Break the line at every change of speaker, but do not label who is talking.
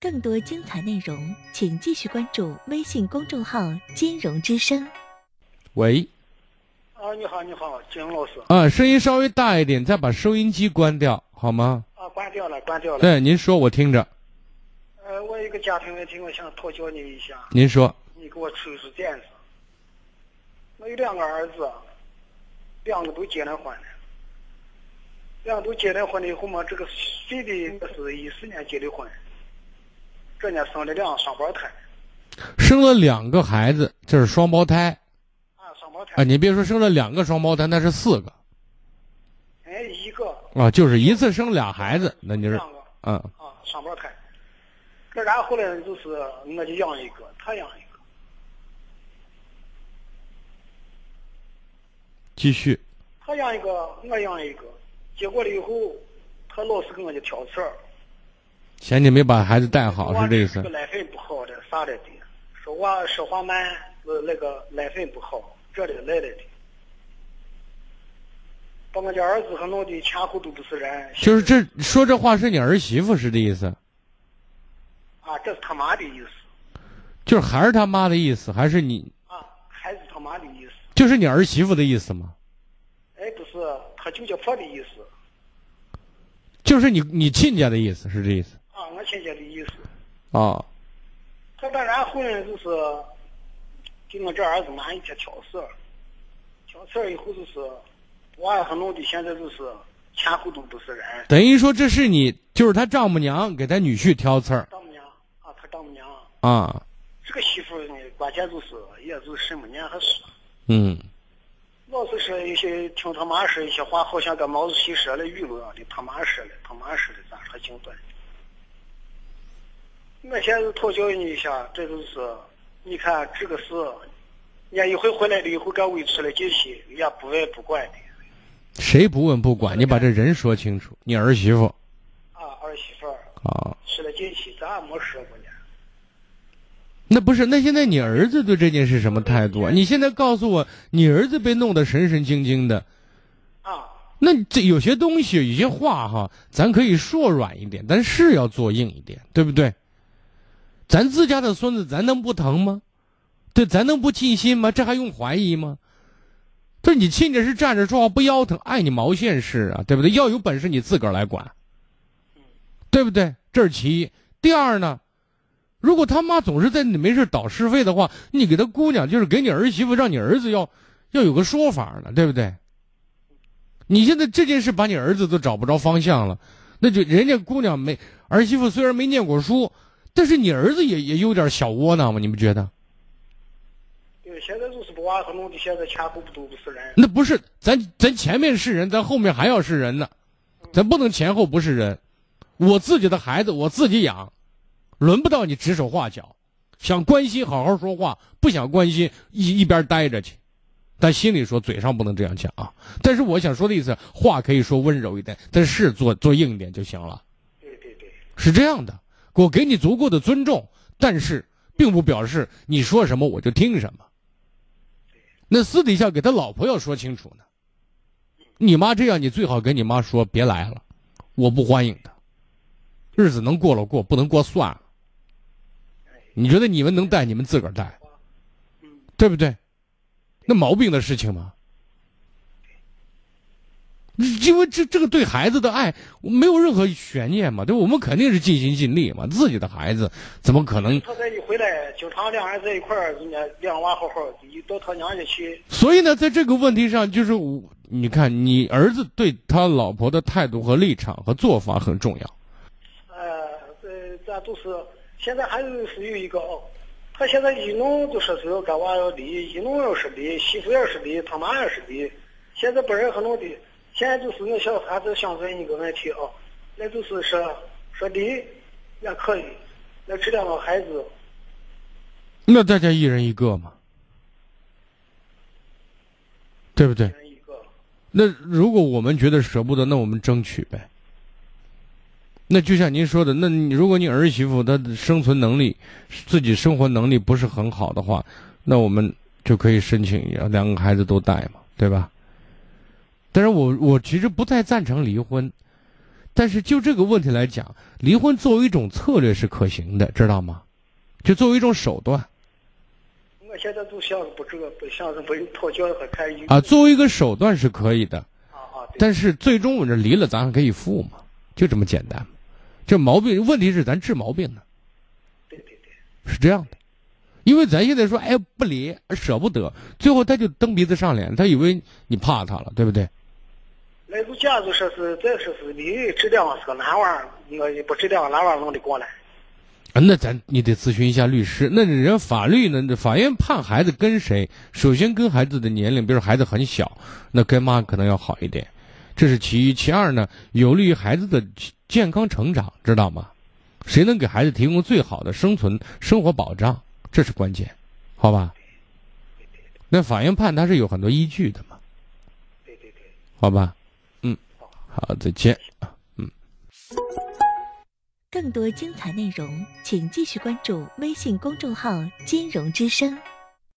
更多精彩内容，请继续关注微信公众号“金融之声
喂，
啊，你好，你好，金老师
啊，声音稍微大一点，再把收音机关掉好吗？
啊，关掉了，关掉了。
对，您说我听着，
呃，我有一个家庭问题，我想讨教你一下，
您说，
你给我出出点子。我有两个儿子，两个都结了婚了，两个都结了婚了以后嘛，这个谁的是一四年结的婚，这年生了两个双胞胎，
生了两个孩子，这是双胞胎
啊，双胞胎
啊，，您别说生了两个双胞胎，那是四个
哎，一个
啊，就是一次生俩孩子，那您是
两个
啊，
啊，双胞胎。这然后呢，就是我就养一个，他养一个。
继续，
他养一个，我养一个，结果了以后，他老是跟我就挑刺儿，
嫌你没把孩子带好
说我
是这意
这
思
个？奶粉不好的，啥来的，说我说话慢，呃，那个奶粉不好，这里来来的，把我家儿子还弄得前后都不是人。
就是这说这话是你儿媳妇是这意思，
啊，这是他妈的意思
就是还是他妈的意思，还是你
啊，还是他妈的意思，
就是你儿媳妇的意思吗？
哎，不是他舅家婆的意思
就是你你亲家的意思是这意思
啊，我亲家的意思。
啊？
他当然后呢，就是给我这儿子妈一天挑事儿，挑事儿以后就是我还弄的，现在就是前后都不是人。
等于说这是你就是他丈母娘给他女婿挑刺儿
丈母娘啊，他丈母娘
啊，
这个媳妇呢，关键就是也就是什么年还是
嗯。
老是说一些听他妈说一些话，好像跟毛主席说了语录一样的，啊他妈说的，他妈说的，咱还挺短。我现在讨教你一下，这就是你看这个事，人家一回回来了以后，给委屈了这些，人家不问不管的
谁不问不管，你把这人说清楚。你儿媳妇
啊，儿媳妇儿
啊，
吃了这些，咱也没说过呢。
那不是？那现在你儿子对这件事什么态度啊？你现在告诉我，你儿子被弄得神神经经的，
啊，
那这有些东西，有些话哈，咱可以说软一点，但是要做硬一点，对不对？咱自家的孙子，咱能不疼吗？对，咱能不尽心吗？这还用怀疑吗？这你亲家是站着说话不腰疼，碍你毛线事啊，对不对？要有本事你自个儿来管，对不对？这是其一。第二呢，如果他妈总是在你没事倒是非的话，你给他姑娘就是给你儿媳妇，让你儿子要要有个说法了，对不对？你现在这件事把你儿子都找不着方向了，那就人家姑娘没儿媳妇虽然没念过书，但是你儿子也也有点小窝囊嘛，你不觉得？
对，现在就是把娃和弄的，现在前后不都不是人。
那不是咱咱前面是人，咱后面还要是人呢，咱不能前后不是人。我自己的孩子我自己养，轮不到你指手画脚。想关心好好说话，不想关心一一边待着去。但心里说，嘴上不能这样讲啊。但是我想说的意思，话可以说温柔一点，但是做做硬一点就行了。
对对对，
是这样的，我给你足够的尊重，但是并不表示你说什么我就听什么。那私底下给他老婆要说清楚呢。你妈这样，你最好跟你妈说别来了，我不欢迎她。日子能过了过，不能过算了。你觉得你们能带，你们自个儿带，对不对？那毛病的事情吗？因为这这个对孩子的爱我没有任何悬念嘛，对吧，我们肯定是尽心尽力嘛，自己的孩子怎么可能？
他再一回来，经常两人在一块儿，人家两娃好好的，一到他娘家去，
所以呢，在这个问题上，就是我你看，你儿子对他老婆的态度和立场和做法很重要。
呃，这这都是现在还有是有一个哦，他现在一弄就说是要跟娃要离，一弄要是离，媳妇要是离，他妈要是离，现在本人还弄的，现在就是我想还是想问一个问题哦，那就是说说离，那可以，那这两个孩子
那大家一人一个嘛，对不对
一？人一个，
那如果我们觉得舍不得，那我们争取呗。那就像您说的，那你如果你儿媳妇她的生存能力、自己生活能力不是很好的话，那我们就可以申请两个孩子都带嘛，对吧？但是我我其实不太赞成离婚，但是就这个问题来讲，离婚作为一种策略是可行的，知道吗？就作为一种手段
我现在都想不这个，不想是没有讨教和开一
啊，作为一个手段是可以的，
啊啊，对，
但是最终我这离了，咱还可以复嘛，就这么简单嘛。这毛病问题是咱治毛病呢，
对对对，
是这样的。因为咱现在说，哎，不离，舍不得，最后他就蹬鼻子上脸，他以为你怕他了，对不对？
来如家就说是再说是你质量是个哪玩意儿，我也不质量哪玩意儿弄得过来。
啊那咱你得咨询一下律师。那人家法律呢？这法院判孩子跟谁？首先跟孩子的年龄，比如说孩子很小，那跟妈可能要好一点，这是其一。其二呢，有利于孩子的健康成长，知道吗？谁能给孩子提供最好的生存生活保障，这是关键，好吧？那法院判他是有很多依据的嘛，
对对对，
好吧？嗯，好，再见。
更多精彩内容，请继续关注微信公众号“金融之声”。